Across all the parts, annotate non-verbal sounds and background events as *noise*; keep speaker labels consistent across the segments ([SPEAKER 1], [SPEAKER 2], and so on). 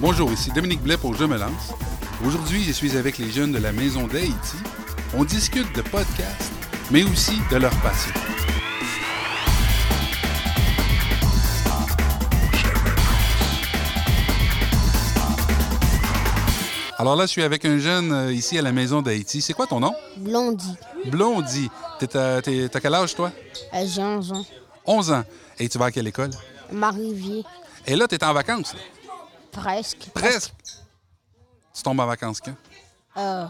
[SPEAKER 1] Bonjour, ici Dominique Blais pour Je me lance. Aujourd'hui, je suis avec les jeunes de la Maison d'Haïti. On discute de podcasts, mais aussi de leur passion. Alors là, je suis avec un jeune euh, ici à la Maison d'Haïti. C'est quoi ton nom?
[SPEAKER 2] Blondie,
[SPEAKER 1] Blondie. T'es à- T'es t'as quel âge, toi?
[SPEAKER 2] à Jean Jean,
[SPEAKER 1] 11 ans. Et tu vas à quelle école?
[SPEAKER 2] Marivier,
[SPEAKER 1] Et là, t'es en vacances. là.
[SPEAKER 2] presque.
[SPEAKER 1] Presque. Tu tombes en vacances quand?
[SPEAKER 2] Euh,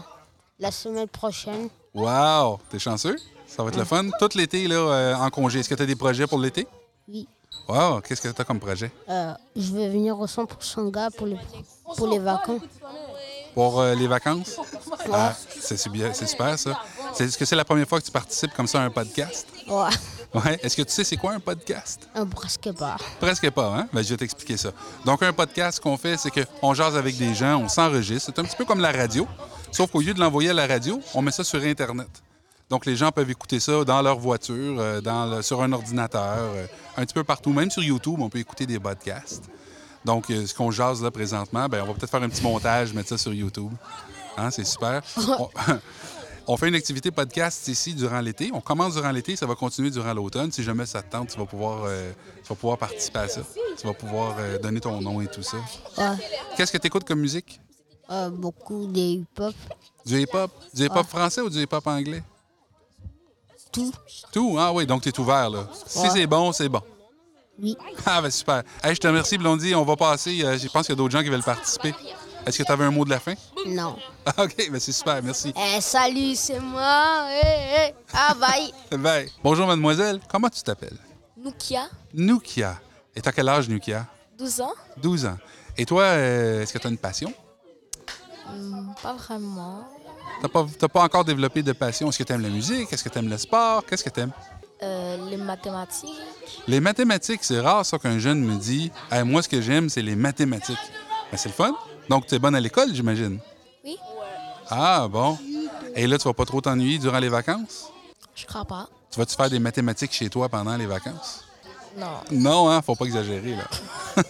[SPEAKER 2] la semaine prochaine,
[SPEAKER 1] Wow! T'es chanceux? Ça va être le fun. Tout l'été, là, euh, en congé, est-ce que t'as des projets pour l'été?
[SPEAKER 2] oui.
[SPEAKER 1] Wow! Qu'est-ce que t'as comme projet?
[SPEAKER 2] Euh, je vais venir au 100% gars pour les, pour les vacances.
[SPEAKER 1] Pour euh, les vacances? Ah, c'est c'est bien- c'est super, ça. C'est- Est-ce que c'est la première fois que tu participes comme ça à un podcast?
[SPEAKER 2] Ouais, *laughs*
[SPEAKER 1] Ouais. Est-ce que tu sais c'est quoi un podcast?
[SPEAKER 2] un presque pas.
[SPEAKER 1] Presque pas, hein? Ben, je vais t'expliquer ça. Donc, un podcast, ce qu'on fait, c'est qu'on jase avec des gens, on s'enregistre. C'est un petit peu comme la radio, sauf qu'au lieu de l'envoyer à la radio, on met ça sur Internet. Donc, les gens peuvent écouter ça dans leur voiture, euh, dans le- sur un ordinateur, euh, un petit peu partout. Même sur YouTube, on peut écouter des podcasts. Donc, euh, ce qu'on jase là présentement, ben, on va peut-être faire un petit montage, mettre ça sur YouTube. Hein, c'est super. On- On fait une activité podcast ici durant l'été. On commence durant l'été, ça va continuer durant l'automne. Si jamais ça te tente, tu vas pouvoir, euh, tu vas pouvoir participer à ça. Tu vas pouvoir euh, donner ton nom et tout ça.
[SPEAKER 2] Ouais,
[SPEAKER 1] Qu'est-ce que tu écoutes comme musique?
[SPEAKER 2] euh, beaucoup des hip-hop,
[SPEAKER 1] Du hip-hop? Du hip-hop français ou du hip-hop anglais?
[SPEAKER 2] tout.
[SPEAKER 1] Tout? Ah oui, donc tu es ouvert, là. Si
[SPEAKER 2] Ouais.
[SPEAKER 1] c'est bon, c'est bon. *laughs*
[SPEAKER 2] Oui,
[SPEAKER 1] Ah, ben super. Hey, je te remercie, Blondie. On va passer. euh, je pense qu'il y a d'autres gens qui veulent participer. Est-ce que tu avais un mot de la fin? *laughs*
[SPEAKER 2] non.
[SPEAKER 1] Ah, OK, ben c'est super. Merci.
[SPEAKER 2] Eh, salut, c'est moi. Eh, eh. Ah, bye.
[SPEAKER 1] Bye. Bonjour, mademoiselle. Comment tu t'appelles?
[SPEAKER 3] Nukia,
[SPEAKER 1] Nukia. Et t'as quel âge, Nukia?
[SPEAKER 3] 12 ans.
[SPEAKER 1] 12 ans. Et toi, euh, est-ce que tu as une passion?
[SPEAKER 3] Hmm, Pas vraiment.
[SPEAKER 1] T'as pas, t'as pas encore développé de passion. Est-ce que tu aimes la musique? Est-ce que tu aimes le sport? Qu'est-ce que tu aimes?
[SPEAKER 3] Euh, les mathématiques.
[SPEAKER 1] Les mathématiques, c'est rare ça qu'un jeune me dit Hey, Moi, ce que j'aime, c'est les mathématiques. Ben, c'est le fun. Donc, tu es bonne à l'école, j'imagine.
[SPEAKER 3] Oui,
[SPEAKER 1] Ah, bon. Et là, tu vas pas trop t'ennuyer durant les vacances?
[SPEAKER 3] je crois pas.
[SPEAKER 1] Tu vas-tu faire des mathématiques chez toi pendant les vacances?
[SPEAKER 3] Non.
[SPEAKER 1] Non, hein, faut pas exagérer, là.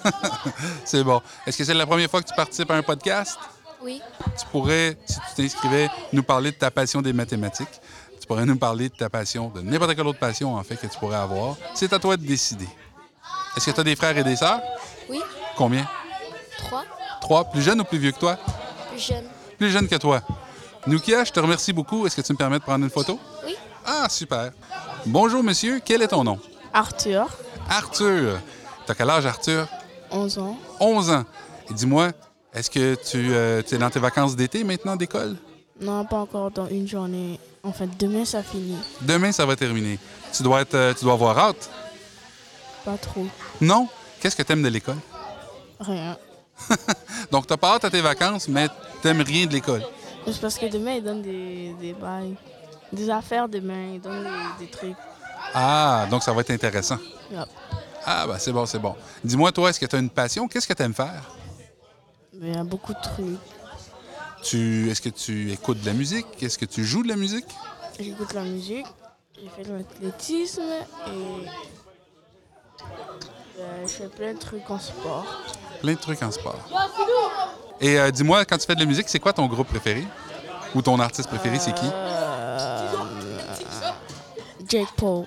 [SPEAKER 1] *laughs* c'est bon. Est-ce que c'est la première fois que tu participes à un podcast?
[SPEAKER 3] Oui,
[SPEAKER 1] tu pourrais, si tu t'inscrivais, nous parler de ta passion des mathématiques. Tu pourrais nous parler de ta passion, de n'importe quelle autre passion, en fait, que tu pourrais avoir. C'est à toi de décider. Est-ce que tu as des frères et des sœurs?
[SPEAKER 3] oui.
[SPEAKER 1] Combien?
[SPEAKER 3] 3.
[SPEAKER 1] Trois? Plus jeunes ou plus vieux que toi?
[SPEAKER 3] Plus jeune.
[SPEAKER 1] Plus jeunes que toi. Nukia, je te remercie beaucoup. Est-ce que tu me permets de prendre une photo?
[SPEAKER 3] Oui.
[SPEAKER 1] Ah, super. Bonjour, monsieur. Quel est ton nom?
[SPEAKER 4] Arthur,
[SPEAKER 1] Arthur. T'as quel âge, Arthur?
[SPEAKER 4] 11 ans.
[SPEAKER 1] 11 ans. Et dis-moi, est-ce que tu, euh, tu es dans tes vacances d'été maintenant d'école?
[SPEAKER 4] Non, pas encore dans une journée. Enfin, demain, ça finit.
[SPEAKER 1] Demain, ça va terminer. Tu dois, être, euh, tu dois avoir hâte.
[SPEAKER 4] Pas trop.
[SPEAKER 1] Non. Qu'est-ce que t'aimes de l'école?
[SPEAKER 4] Rien.
[SPEAKER 1] Donc, t'as pas hâte à tes vacances, mais t'aimes rien de l'école.
[SPEAKER 4] C'est parce que demain, ils donnent des, des bails. Des affaires demain, ils donnent des, des trucs.
[SPEAKER 1] Ah, donc ça va être intéressant.
[SPEAKER 4] Yep.
[SPEAKER 1] Ah, ben c'est bon, c'est bon. Dis-moi, toi, est-ce que t'as une passion? Qu'est-ce que t'aimes faire?
[SPEAKER 4] Mais il y a beaucoup de trucs.
[SPEAKER 1] Tu, est-ce que tu écoutes de la musique? Est-ce que tu joues de la musique?
[SPEAKER 4] J'écoute la musique, j'ai fait de l'athlétisme et. euh, je fais plein de trucs en sport.
[SPEAKER 1] Plein de trucs en sport. Et euh, dis-moi, quand tu fais de la musique, c'est quoi ton groupe préféré? Ou ton artiste préféré, c'est qui?
[SPEAKER 4] Jake Paul.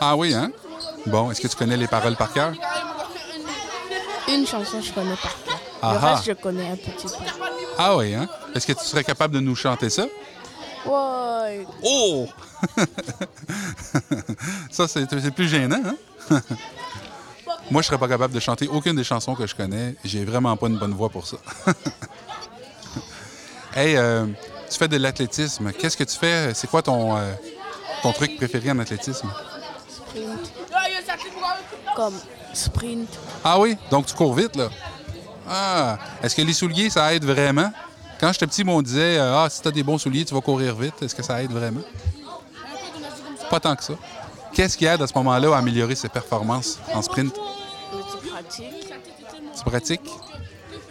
[SPEAKER 1] Ah oui, hein? Bon, est-ce que tu connais les paroles par cœur?
[SPEAKER 4] Une chanson, je connais pas. Le
[SPEAKER 1] Aha.
[SPEAKER 4] reste, je connais un petit peu.
[SPEAKER 1] Ah oui, hein? Est-ce que tu serais capable de nous chanter ça?
[SPEAKER 4] Ouais.
[SPEAKER 1] Oh! *laughs* ça, c'est c'est plus gênant, hein? *laughs* Moi, je serais pas capable de chanter aucune des chansons que je connais. J'ai vraiment pas une bonne voix pour ça. *laughs* hey, euh, tu fais de l'athlétisme. Qu'est-ce que tu fais? C'est quoi ton, euh, ton truc préféré en athlétisme?
[SPEAKER 4] Comme sprint.
[SPEAKER 1] Ah oui? Donc, tu cours vite, là? Ah! Est-ce que les souliers, ça aide vraiment? Quand j'étais petit, on disait euh, Ah, si t'as des bons souliers, tu vas courir vite. Est-ce que ça aide vraiment? Pas tant que ça. Qu'est-ce qui aide à ce moment-là à améliorer ses performances en sprint?
[SPEAKER 4] Mais tu pratiques.
[SPEAKER 1] Tu pratiques?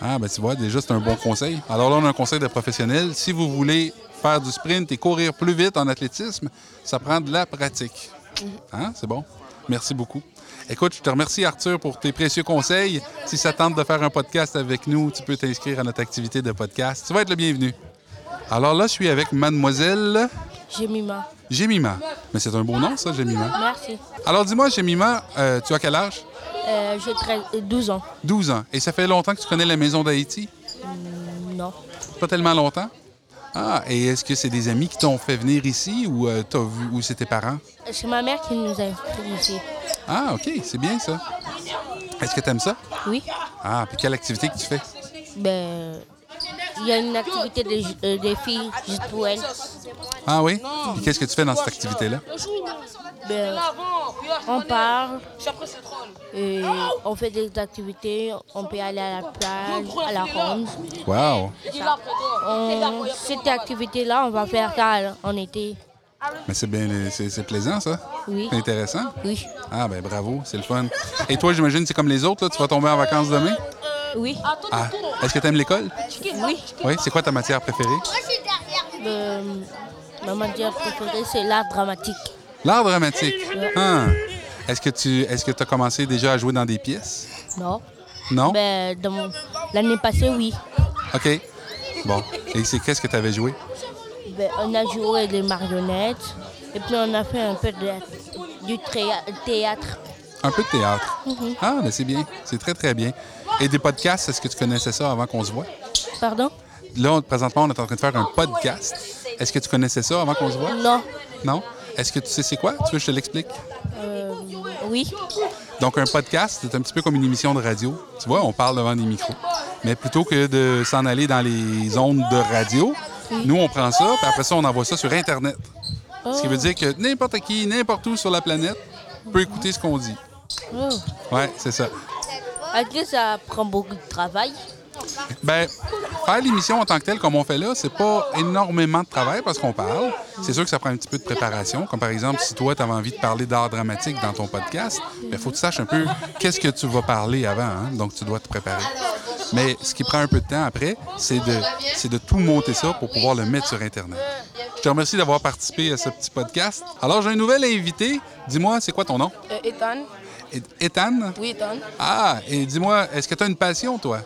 [SPEAKER 1] Ah, ben tu vois, déjà, c'est un bon conseil. Alors là, on a un conseil de professionnel. Si vous voulez faire du sprint et courir plus vite en athlétisme, ça prend de la pratique. Hein? C'est bon? Merci beaucoup. Écoute, je te remercie, Arthur, pour tes précieux conseils. Si ça tente de faire un podcast avec nous, tu peux t'inscrire à notre activité de podcast. Tu vas être le bienvenu. Alors là, je suis avec mademoiselle
[SPEAKER 5] Jemima.
[SPEAKER 1] Jemima. Mais c'est un beau nom, ça, Jemima.
[SPEAKER 5] Merci.
[SPEAKER 1] Alors dis-moi, Jemima, euh, tu as quel âge?
[SPEAKER 5] Euh, J'ai 13 12 ans.
[SPEAKER 1] 12 ans. Et ça fait longtemps que tu connais la maison d'Haïti?
[SPEAKER 5] Mm, Non.
[SPEAKER 1] Pas tellement longtemps? Ah, et est-ce que c'est des amis qui t'ont fait venir ici ou, euh, t'as vu, ou c'est tes parents?
[SPEAKER 5] C'est ma mère qui nous a inscrits ici.
[SPEAKER 1] Ah, OK, c'est bien ça. Est-ce que tu aimes ça?
[SPEAKER 5] Oui.
[SPEAKER 1] Ah, puis quelle activité que tu fais?
[SPEAKER 5] Ben, il y a une activité des euh, des filles juste pour elles.
[SPEAKER 1] Ah oui? Puis qu'est-ce que tu fais dans cette activité-là?
[SPEAKER 5] Ben, on parle. Et on fait des activités. On peut aller à la plage, à la ronde.
[SPEAKER 1] Wow!
[SPEAKER 5] On- cette activité-là, on va faire ça en été.
[SPEAKER 1] Mais c'est bien, c'est c'est plaisant ça?
[SPEAKER 5] Oui.
[SPEAKER 1] C'est intéressant?
[SPEAKER 5] Oui.
[SPEAKER 1] Ah, ben bravo, c'est le fun. Et toi, j'imagine, c'est comme les autres, là, tu vas tomber en vacances demain?
[SPEAKER 5] Oui.
[SPEAKER 1] Ah, est-ce que tu aimes l'école?
[SPEAKER 5] Oui.
[SPEAKER 1] Oui, c'est quoi ta matière préférée?
[SPEAKER 5] Ben, ma matière préférée, c'est l'art dramatique.
[SPEAKER 1] L'art dramatique. Ah. Est-ce que tu est-ce que as commencé déjà à jouer dans des pièces?
[SPEAKER 5] Non.
[SPEAKER 1] Non?
[SPEAKER 5] Ben, dans mon- l'année passée, oui.
[SPEAKER 1] OK. Bon. Et c'est qu'est-ce que tu avais joué?
[SPEAKER 5] Ben, on a joué avec des marionnettes et puis on a fait un peu de- du tréa- théâtre.
[SPEAKER 1] Un peu de théâtre.
[SPEAKER 5] Mm-hmm.
[SPEAKER 1] Ah, ben c'est bien. C'est très, très bien. Et des podcasts, est-ce que tu connaissais ça avant qu'on se voit?
[SPEAKER 5] Pardon
[SPEAKER 1] Là, on- présentement, on est en train de faire un podcast. Est-ce que tu connaissais ça avant qu'on se voit?
[SPEAKER 5] Non.
[SPEAKER 1] Non? Est-ce que tu sais c'est quoi? Tu veux que je te l'explique?
[SPEAKER 5] Oui.
[SPEAKER 1] Donc, un podcast, c'est un petit peu comme une émission de radio. Tu vois, on parle devant des micros. Mais plutôt que de s'en aller dans les ondes de radio, nous, on prend ça, puis après ça, on envoie ça sur Internet. Ce qui veut dire que n'importe qui, n'importe où sur la planète peut écouter ce qu'on dit.
[SPEAKER 5] Oh.
[SPEAKER 1] Ouais, c'est ça.
[SPEAKER 5] Est-ce que ça prend beaucoup de travail
[SPEAKER 1] Ben, faire l'émission en tant que telle, comme on fait là, c'est pas énormément de travail parce qu'on parle. C'est sûr que ça prend un petit peu de préparation. Comme par exemple, si toi, tu avais envie de parler d'art dramatique dans ton podcast, il faut que tu saches un peu qu'est-ce que tu vas parler avant. hein. Donc, tu dois te préparer. Mais ce qui prend un peu de temps après, c'est de, c'est de tout monter ça pour pouvoir le mettre sur Internet. Je te remercie d'avoir participé à ce petit podcast. Alors, j'ai un nouvel invité. Dis-moi, c'est quoi ton nom?
[SPEAKER 4] Euh, Ethan
[SPEAKER 1] Et- Ethan?
[SPEAKER 6] Oui, Ethan.
[SPEAKER 1] Ah, et dis-moi, est-ce que tu as une passion, toi?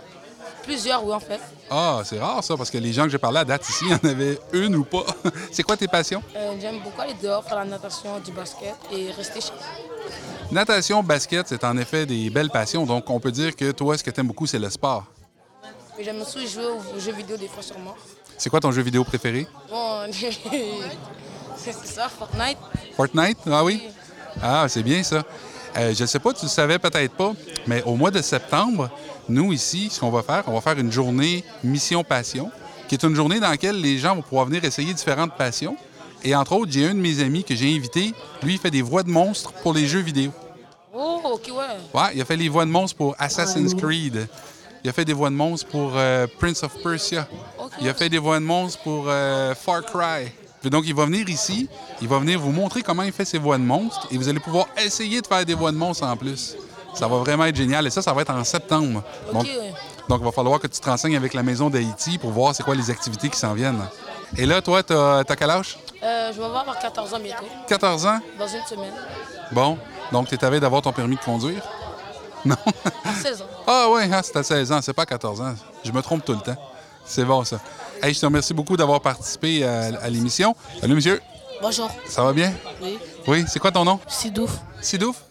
[SPEAKER 6] Plusieurs, oui, en fait.
[SPEAKER 1] Ah, c'est rare ça, parce que les gens que j'ai parlé à date ici, il y en avait une ou pas. *laughs* C'est quoi tes passions?
[SPEAKER 6] Euh, J'aime beaucoup aller dehors, faire la natation, du basket et rester chez moi.
[SPEAKER 1] Natation, basket, c'est en effet des belles passions. Donc, on peut dire que toi, ce que t'aimes beaucoup, c'est le sport.
[SPEAKER 6] Mais J'aime aussi jouer aux jeux vidéo des fois sur moi.
[SPEAKER 1] C'est quoi ton jeu vidéo préféré?
[SPEAKER 6] Bon, *laughs* c'est ça, Fortnite.
[SPEAKER 1] Fortnite? Ah oui? Ah, c'est bien ça. Euh, je ne sais pas, tu le savais peut-être pas, mais au mois de septembre, nous ici, ce qu'on va faire, on va faire une journée Mission Passion, qui est une journée dans laquelle les gens vont pouvoir venir essayer différentes passions. Et entre autres, j'ai un de mes amis que j'ai invité, lui, il fait des voix de monstres pour les jeux vidéo.
[SPEAKER 6] Oh, ok, ouais.
[SPEAKER 1] Ouais, il a fait les voix de monstres pour Assassin's Creed. Il a fait des voix de monstres pour euh, Prince of Persia. Il a fait des voix de monstres pour euh, Far Cry. Puis donc, il va venir ici, il va venir vous montrer comment il fait ses voix de monstres et vous allez pouvoir essayer de faire des voix de monstres en plus. Ça va vraiment être génial et ça, ça va être en septembre. Donc, donc, il va falloir que tu te renseignes avec la Maison d'Haïti pour voir c'est quoi les activités qui s'en viennent. Et là, toi, t'as as quel âge?
[SPEAKER 6] Euh, je vais avoir 14 ans bientôt,
[SPEAKER 1] 14 ans?
[SPEAKER 6] dans une semaine.
[SPEAKER 1] Bon, donc t'es avais d'avoir ton permis de conduire? Non?
[SPEAKER 6] À 16 ans.
[SPEAKER 1] Ah oui, hein, c'est à 16 ans, c'est pas à 14 ans. Je me trompe tout le temps. C'est bon, ça. Hey, je te remercie beaucoup d'avoir participé à, à l'émission. Salut, monsieur.
[SPEAKER 3] Bonjour.
[SPEAKER 1] Ça va bien?
[SPEAKER 3] Oui.
[SPEAKER 1] Oui, c'est quoi ton nom?
[SPEAKER 3] C'est douf.
[SPEAKER 1] Sidouf?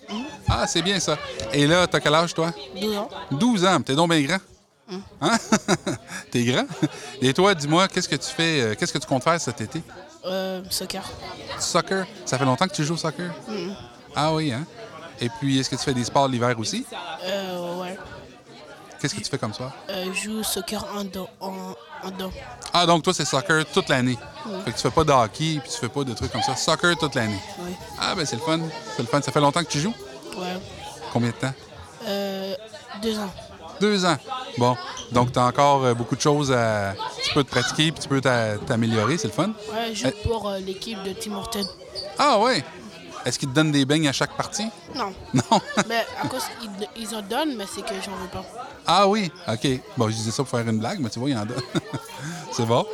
[SPEAKER 1] Ah, c'est bien, ça. Et là, t'as quel âge, toi?
[SPEAKER 3] 12 ans.
[SPEAKER 1] 12 ans. T'es donc bien grand. Hein? *laughs* T'es grand? Et toi, dis-moi, qu'est-ce que tu fais, euh, qu'est-ce que tu comptes faire cet été?
[SPEAKER 4] Euh, soccer.
[SPEAKER 1] Soccer? Ça fait longtemps que tu joues au soccer? Ah oui, hein? Et puis, est-ce que tu fais des sports l'hiver aussi?
[SPEAKER 4] Euh, ouais.
[SPEAKER 1] Qu'est-ce que tu fais comme soir?
[SPEAKER 4] Euh, joue soccer en dos. En, en dos.
[SPEAKER 1] Ah, donc toi, c'est soccer toute l'année. Fait que tu fais pas de hockey, puis tu fais pas de trucs comme ça. Soccer toute l'année.
[SPEAKER 4] Oui.
[SPEAKER 1] Ah, ben c'est le fun. C'est le fun. Ça fait longtemps que tu joues?
[SPEAKER 4] Ouais.
[SPEAKER 1] Combien de temps?
[SPEAKER 4] Euh, deux ans.
[SPEAKER 1] Deux ans. Bon, donc tu as encore euh, beaucoup de choses à... Tu peux te pratiquer, puis tu peux t'a- t'améliorer. C'est le fun.
[SPEAKER 4] Ouais, je joue pour euh, l'équipe de Team Horten.
[SPEAKER 1] Ah, ouais. Est-ce qu'ils te donnent des beignes à chaque partie?
[SPEAKER 4] Non.
[SPEAKER 1] *laughs* Non?
[SPEAKER 4] Mais à cause ils, ils en donnent, mais c'est que j'en veux pas.
[SPEAKER 1] ah oui, OK. Bon, je disais ça pour faire une blague, mais tu vois, il y en donne. *laughs* c'est bon.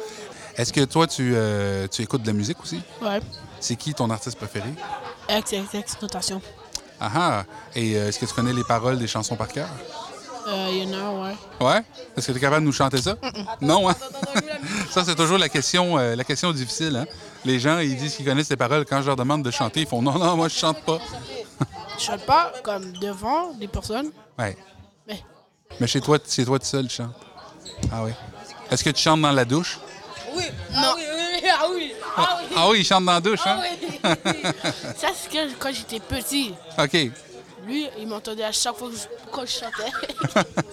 [SPEAKER 1] Est-ce que toi, tu, euh, tu écoutes de la musique aussi?
[SPEAKER 4] Ouais.
[SPEAKER 1] C'est qui ton artiste préféré?
[SPEAKER 4] XXX notation.
[SPEAKER 1] Ah ah. Et euh, est-ce que tu connais les paroles des chansons par cœur?
[SPEAKER 7] Euh, Il y en a un, ouais.
[SPEAKER 1] Ouais? Est-ce que tu es capable de nous chanter ça? Non, hein? *laughs* ça, c'est toujours la question, euh, la question difficile. Hein? Les gens, ils disent qu'ils connaissent les paroles. Quand je leur demande de chanter, ils font non, non, moi, je chante pas.
[SPEAKER 7] Je chante pas comme devant des personnes.
[SPEAKER 1] Ouais.
[SPEAKER 7] Mais-
[SPEAKER 1] Mais chez toi, chez toi, tout seul, tu chantes. Ah oui. Est-ce que tu chantes dans la douche?
[SPEAKER 6] Oui, ah oui, oui, oui, ah oui, ah oui.
[SPEAKER 1] Ah oui, il chante dans la douche, hein?
[SPEAKER 3] *laughs*
[SPEAKER 7] Ça, c'est que quand j'étais petit.
[SPEAKER 1] hein? OK.
[SPEAKER 7] Lui, il m'entendait à chaque fois que je, quand je chantais.
[SPEAKER 4] *laughs*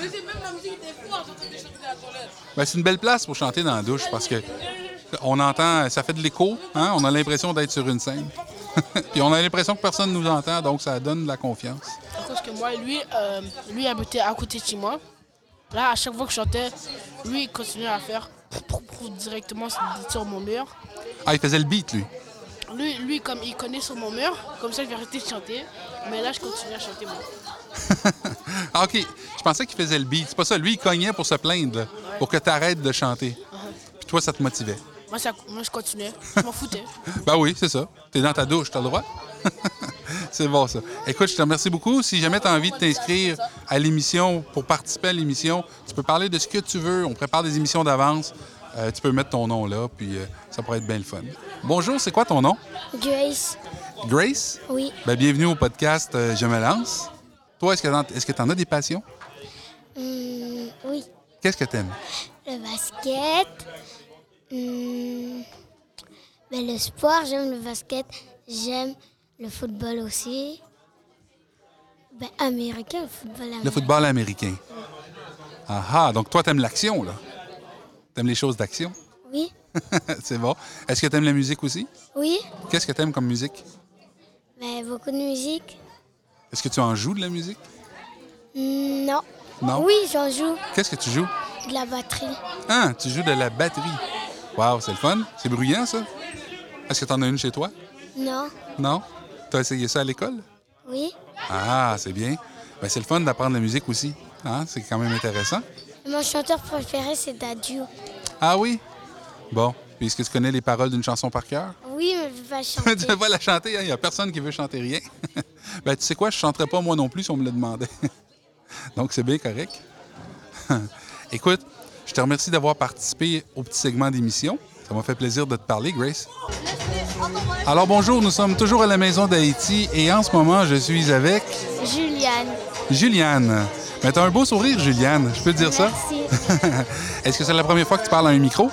[SPEAKER 6] Mais c'est même la musique était forte, j'entendais chanter à la toilette.
[SPEAKER 1] Ben, c'est une belle place pour chanter dans la douche parce que on entend, ça fait de l'écho, hein? on a l'impression d'être sur une scène. *laughs* Puis on a l'impression que personne nous entend, donc ça donne de la confiance.
[SPEAKER 7] À cause que moi, lui, euh, lui habitait à côté de chez moi. Là, à chaque fois que je chantais, lui, il continuait à faire prou, prou, directement sur mon mur.
[SPEAKER 1] Ah, il faisait le beat, lui.
[SPEAKER 7] Lui, lui, comme il connaît sur mon mur, comme ça, je vais arrêter de chanter. Mais là, je continue à chanter, moi.
[SPEAKER 1] Ah, OK. Je pensais qu'il faisait le beat. C'est pas ça. Lui, il cognait pour se plaindre, là, pour que tu arrêtes de chanter. Puis toi, ça te motivait.
[SPEAKER 7] Moi, ça, moi je continuais. Je m'en *laughs* foutais.
[SPEAKER 1] Ben oui, c'est ça. T'es dans ta douche, t'as le droit. *laughs* c'est bon, ça. Écoute, je te remercie beaucoup. Si jamais tu as envie de t'inscrire à l'émission, pour participer à l'émission, tu peux parler de ce que tu veux. On prépare des émissions d'avance. Euh, tu peux mettre ton nom là, puis euh, ça pourrait être bien le fun. Bonjour, c'est quoi ton nom?
[SPEAKER 2] Grace,
[SPEAKER 1] Grace?
[SPEAKER 2] oui.
[SPEAKER 1] Ben, bienvenue au podcast euh, Je me lance. Toi, est-ce que tu en as des passions?
[SPEAKER 2] Hum, oui.
[SPEAKER 1] Qu'est-ce que t'aimes?
[SPEAKER 2] Le basket. hum, ben, le sport, j'aime le basket. J'aime le football aussi. Ben, américain, le football américain.
[SPEAKER 1] Le football américain. Ah ah, donc toi, t'aimes l'action, là? T'aimes les choses d'action? *laughs*
[SPEAKER 2] Oui,
[SPEAKER 1] c'est bon. Est-ce que t'aimes la musique aussi?
[SPEAKER 2] oui.
[SPEAKER 1] Qu'est-ce que tu aimes comme musique?
[SPEAKER 2] Ben, beaucoup de musique.
[SPEAKER 1] Est-ce que tu en joues de la musique?
[SPEAKER 2] Hum, Non.
[SPEAKER 1] Non.
[SPEAKER 2] Oui, j'en joue
[SPEAKER 1] Qu'est-ce que tu joues?
[SPEAKER 2] de la batterie.
[SPEAKER 1] Ah, tu joues de la batterie. Wow, c'est le fun. C'est bruyant, ça. Est-ce que tu en as une chez toi?
[SPEAKER 2] Non.
[SPEAKER 1] Non? Tu as essayé ça à l'école?
[SPEAKER 2] Oui.
[SPEAKER 1] Ah, c'est bien. Ben, c'est le fun d'apprendre la musique aussi. Hein? C'est quand même intéressant.
[SPEAKER 2] Mon chanteur préféré, c'est Dadio.
[SPEAKER 1] Ah oui? Bon. Puis est-ce que tu connais les paroles d'une chanson par cœur?
[SPEAKER 2] Oui, mais je vais
[SPEAKER 1] *laughs*
[SPEAKER 2] pas
[SPEAKER 1] tu
[SPEAKER 2] chanter.
[SPEAKER 1] vas pas la chanter, hein, il n'y a personne qui veut chanter rien. *laughs* ben, tu sais quoi, je ne chanterais pas moi non plus si on me le demandait. *laughs* Donc, c'est bien correct. *laughs* Écoute, je te remercie d'avoir participé au petit segment d'émission. Ça m'a fait plaisir de te parler, Grace. Alors, bonjour, nous sommes toujours à la Maison d'Haïti et en ce moment, je suis avec
[SPEAKER 2] Juliane.
[SPEAKER 1] Juliane. Mais t'as un beau sourire, Juliane, je peux te dire ça?
[SPEAKER 2] Merci.
[SPEAKER 1] *laughs* Est-ce que c'est la première fois que tu parles à un micro?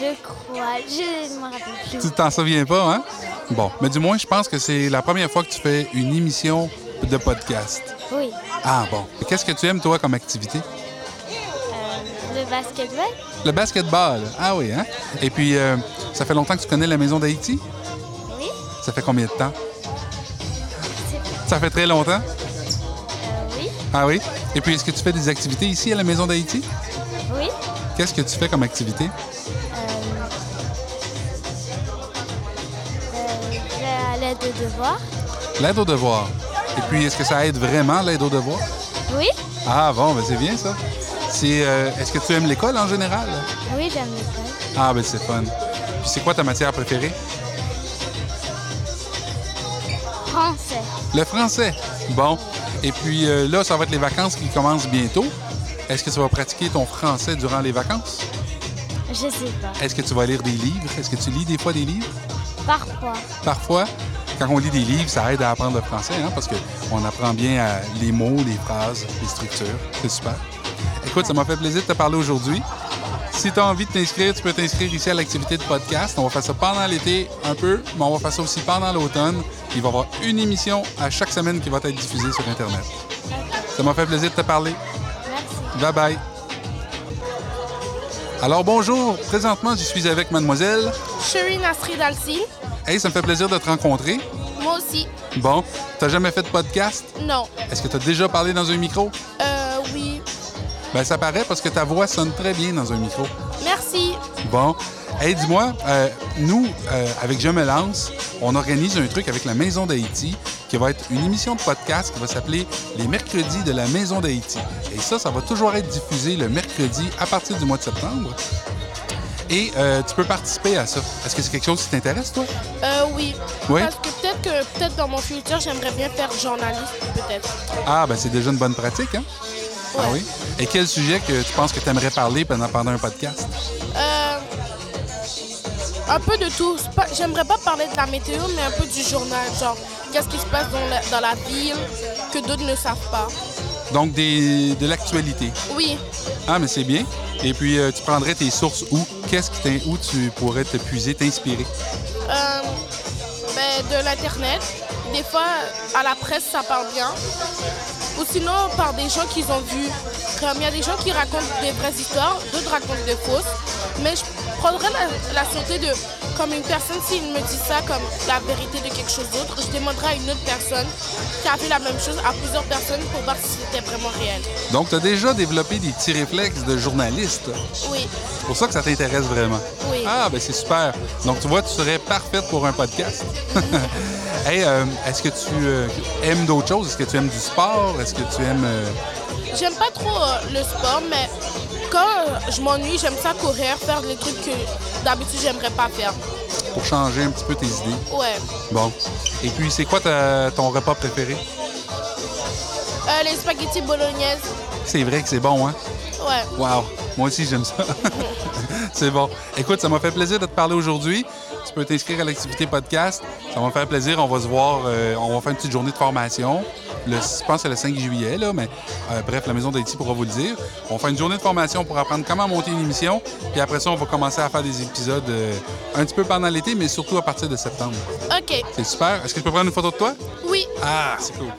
[SPEAKER 2] Je crois, je ne me rappelle plus.
[SPEAKER 1] Tu t'en souviens pas, hein? Bon, mais du moins, je pense que c'est la première fois que tu fais une émission de podcast.
[SPEAKER 2] Oui.
[SPEAKER 1] Ah bon. Qu'est-ce que tu aimes, toi, comme activité?
[SPEAKER 2] Le basketball
[SPEAKER 1] Le basketball. Ah oui, hein? Et puis, euh, ça fait longtemps que tu connais la Maison d'Haïti?
[SPEAKER 2] Oui.
[SPEAKER 1] Ça fait combien de temps? Ça fait très longtemps?
[SPEAKER 2] euh, oui.
[SPEAKER 1] Ah oui? Et puis, est-ce que tu fais des activités ici à la Maison d'Haïti?
[SPEAKER 2] Oui.
[SPEAKER 1] Qu'est-ce que tu fais comme activité?
[SPEAKER 2] je vais à l'aide Euh, de devoirs.
[SPEAKER 1] L'aide aux devoirs. Et puis, est-ce que ça aide vraiment, l'aide aux devoirs?
[SPEAKER 2] Oui.
[SPEAKER 1] Ah bon, ben c'est bien ça. C'est, euh, est-ce que tu aimes l'école en général?
[SPEAKER 2] Oui, j'aime l'école.
[SPEAKER 1] Ah ben c'est fun. Puis c'est quoi ta matière préférée?
[SPEAKER 2] Français.
[SPEAKER 1] Le français. Bon. Et puis euh, là, ça va être les vacances qui commencent bientôt. Est-ce que tu vas pratiquer ton français durant les vacances?
[SPEAKER 2] Je sais pas.
[SPEAKER 1] Est-ce que tu vas lire des livres? Est-ce que tu lis des fois des livres?
[SPEAKER 2] Parfois.
[SPEAKER 1] Parfois, quand on lit des livres, ça aide à apprendre le français, hein, parce qu'on apprend bien euh, les mots, les phrases, les structures. C'est super. Écoute, ça m'a fait plaisir de te parler aujourd'hui. Si tu as envie de t'inscrire, tu peux t'inscrire ici à l'activité de podcast. On va faire ça pendant l'été un peu, mais on va faire ça aussi pendant l'automne. Il va y avoir une émission à chaque semaine qui va être diffusée sur Internet. Ça m'a fait plaisir de te parler. Bye bye. Alors bonjour, présentement je suis avec mademoiselle.
[SPEAKER 8] Sherine Astrid Alcine.
[SPEAKER 1] Hey, ça me fait plaisir de te rencontrer.
[SPEAKER 8] Moi aussi.
[SPEAKER 1] Bon, t'as jamais fait de podcast?
[SPEAKER 8] Non.
[SPEAKER 1] Est-ce que t'as déjà parlé dans un micro?
[SPEAKER 8] Euh, oui.
[SPEAKER 1] Ben, ça paraît parce que ta voix sonne très bien dans un micro.
[SPEAKER 8] Merci.
[SPEAKER 1] Bon. Hey, dis-moi, euh, nous, euh, avec Je me lance, on organise un truc avec la Maison d'Haïti qui va être une émission de podcast qui va s'appeler Les mercredis de la Maison d'Haïti. Et ça, ça va toujours être diffusé le mercredi à partir du mois de septembre. Et euh, tu peux participer à ça. Est-ce que c'est quelque chose qui t'intéresse, toi?
[SPEAKER 8] Euh, oui.
[SPEAKER 1] Oui.
[SPEAKER 8] Parce que peut-être
[SPEAKER 7] sûr que peut-être dans mon futur, j'aimerais bien faire journaliste, peut-être.
[SPEAKER 1] Ah, ben c'est déjà une bonne pratique, hein? Ah oui? Et quel sujet que tu penses que tu aimerais parler pendant, pendant un podcast?
[SPEAKER 7] Euh, un peu de tout. C'est pas- J'aimerais pas parler de la météo, mais un peu du journal, genre qu'est-ce qui se passe dans la, dans la ville que d'autres ne savent pas.
[SPEAKER 1] Donc, des, de l'actualité.
[SPEAKER 7] Oui,
[SPEAKER 1] Ah, mais c'est bien. Et puis, euh, tu prendrais tes sources où? Qu'est-ce qui t'in- où tu pourrais te puiser, t'inspirer?
[SPEAKER 7] euh, ben, de l'internet. Des fois, à la presse, ça parle bien. Ou sinon, par des gens qu'ils ont vus. Comme il y a des gens qui racontent des vraies histoires, d'autres racontent des fausses. Mais je prendrais la, la sûreté de, comme une personne, s'il me dit ça comme la vérité de quelque chose d'autre, je demanderai à une autre personne qui a fait la même chose à plusieurs personnes pour voir si c'était vraiment réel.
[SPEAKER 1] Donc, tu as déjà développé des petits réflexes de journaliste.
[SPEAKER 7] Oui,
[SPEAKER 1] C'est pour ça que ça t'intéresse vraiment.
[SPEAKER 7] oui.
[SPEAKER 1] Ah, ben c'est super. Donc, tu vois, tu serais parfaite pour un podcast.
[SPEAKER 8] Mm-hmm.
[SPEAKER 1] *laughs* hey, euh, est-ce que tu euh, aimes d'autres choses? Est-ce que tu aimes du sport? Est-ce que tu aimes... euh,
[SPEAKER 7] J'aime pas trop euh, le sport, mais quand euh, je m'ennuie, j'aime ça courir, faire des trucs que d'habitude j'aimerais pas faire.
[SPEAKER 1] pour changer un petit peu tes idées?
[SPEAKER 7] Ouais.
[SPEAKER 1] Bon. Et puis, c'est quoi ta- ton repas préféré?
[SPEAKER 7] Euh, les spaghettis bolognaises,
[SPEAKER 1] C'est vrai que c'est bon, hein?
[SPEAKER 7] ouais.
[SPEAKER 1] Wow! Moi aussi, j'aime ça. *laughs* c'est bon. Écoute, ça m'a fait plaisir de te parler aujourd'hui. Tu peux t'inscrire à l'activité podcast. Ça va me faire plaisir. On va se voir. euh, on va faire une petite journée de formation. Le, je pense que c'est le 5 juillet, là, mais euh, bref, la Maison d'Haïti pourra vous le dire. On fait une journée de formation pour apprendre comment monter une émission. Puis après ça, on va commencer à faire des épisodes euh, un petit peu pendant l'été, mais surtout à partir de septembre.
[SPEAKER 7] Ok,
[SPEAKER 1] C'est super. Est-ce que je peux prendre une photo de toi?
[SPEAKER 7] oui,
[SPEAKER 1] Ah, c'est cool.